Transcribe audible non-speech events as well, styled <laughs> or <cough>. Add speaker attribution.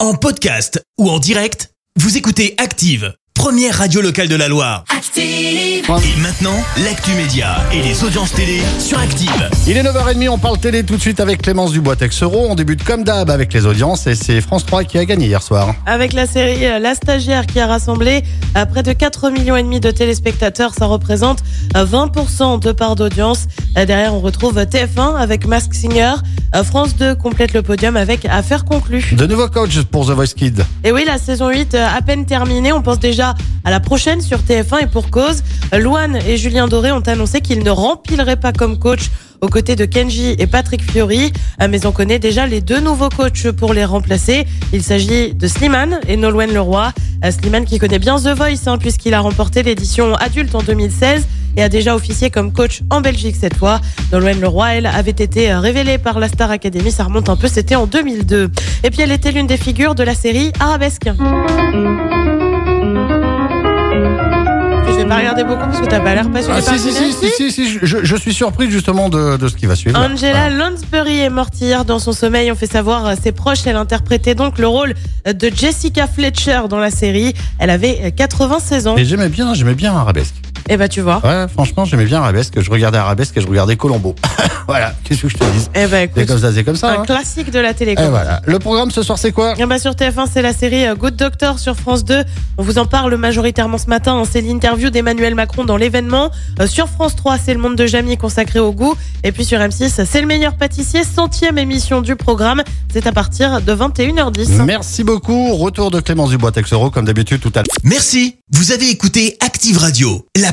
Speaker 1: En podcast ou en direct, vous écoutez Active, première radio locale de la Loire.
Speaker 2: Active.
Speaker 1: Et maintenant, l'actu média et les audiences télé sur Active.
Speaker 3: Il est 9h30, on parle télé tout de suite avec Clémence Dubois-Texereau. On débute comme d'hab avec les audiences et c'est France 3 qui a gagné hier soir.
Speaker 4: Avec la série euh, La Stagiaire qui a rassemblé euh, près de 4 millions et demi de téléspectateurs, ça représente euh, 20% de part d'audience. Euh, Derrière, on retrouve TF1 avec Mask Singer. Euh, France 2 complète le podium avec Affaire conclue.
Speaker 3: De nouveaux coachs pour The Voice Kid.
Speaker 4: Et oui, la saison 8 euh, à peine terminée, on pense déjà à la prochaine sur TF1 et pour cause. Euh, Louane et Julien Doré ont annoncé qu'ils ne rempliraient pas comme coach aux côtés de Kenji et Patrick Fiori, Euh, mais on connaît déjà les deux nouveaux coachs pour les remplacer. Il s'agit de Slimane et Nolwenn Leroy. Euh, Slimane qui connaît bien The Voice hein, puisqu'il a remporté l'édition adulte en 2016 et a déjà officié comme coach en Belgique cette fois. Nolwenn Leroy, elle, avait été euh, révélée par la Star Academy, ça remonte un peu, c'était en 2002. Et puis elle était l'une des figures de la série Arabesque. Je vais pas regarder beaucoup parce que t'as pas l'air passionné par
Speaker 3: Ah, si,
Speaker 4: Slimane.
Speaker 3: si, si, si, si, je, je suis surpris justement de, de ce qui va suivre.
Speaker 4: Angela Lansbury est morte hier dans son sommeil, on fait savoir euh, ses proches. Elle interprétait donc le rôle euh, de Jessica Fletcher dans la série. Elle avait euh, 96 ans.
Speaker 3: Et j'aimais bien, j'aimais bien Arabesque.
Speaker 4: Et bah tu vois.
Speaker 3: Ouais, franchement, j'aimais bien Arabesque. Je regardais Arabesque et je regardais Colombo. <laughs> voilà, qu'est-ce que je te dis
Speaker 4: Eh bah
Speaker 3: C'est
Speaker 4: écoute,
Speaker 3: comme ça, c'est comme
Speaker 4: c'est
Speaker 3: ça.
Speaker 4: un
Speaker 3: hein.
Speaker 4: classique de la télé.
Speaker 3: Et
Speaker 4: quoi.
Speaker 3: voilà. Le programme ce soir, c'est quoi
Speaker 4: Eh ben, sur TF1, c'est la série euh, Good Doctor sur France 2. On vous en parle majoritairement ce matin. hein. C'est l'interview d'Emmanuel Macron dans l'événement. Euh, sur France 3, c'est le monde de Jamie consacré au goût. Et puis sur M6, c'est le meilleur pâtissier, centième émission du programme. C'est à partir de 21h10.
Speaker 3: Merci beaucoup. Retour de Clémence Dubois-Texereau, comme d'habitude, tout à l'heure.
Speaker 1: Merci, vous avez écouté Active Radio, la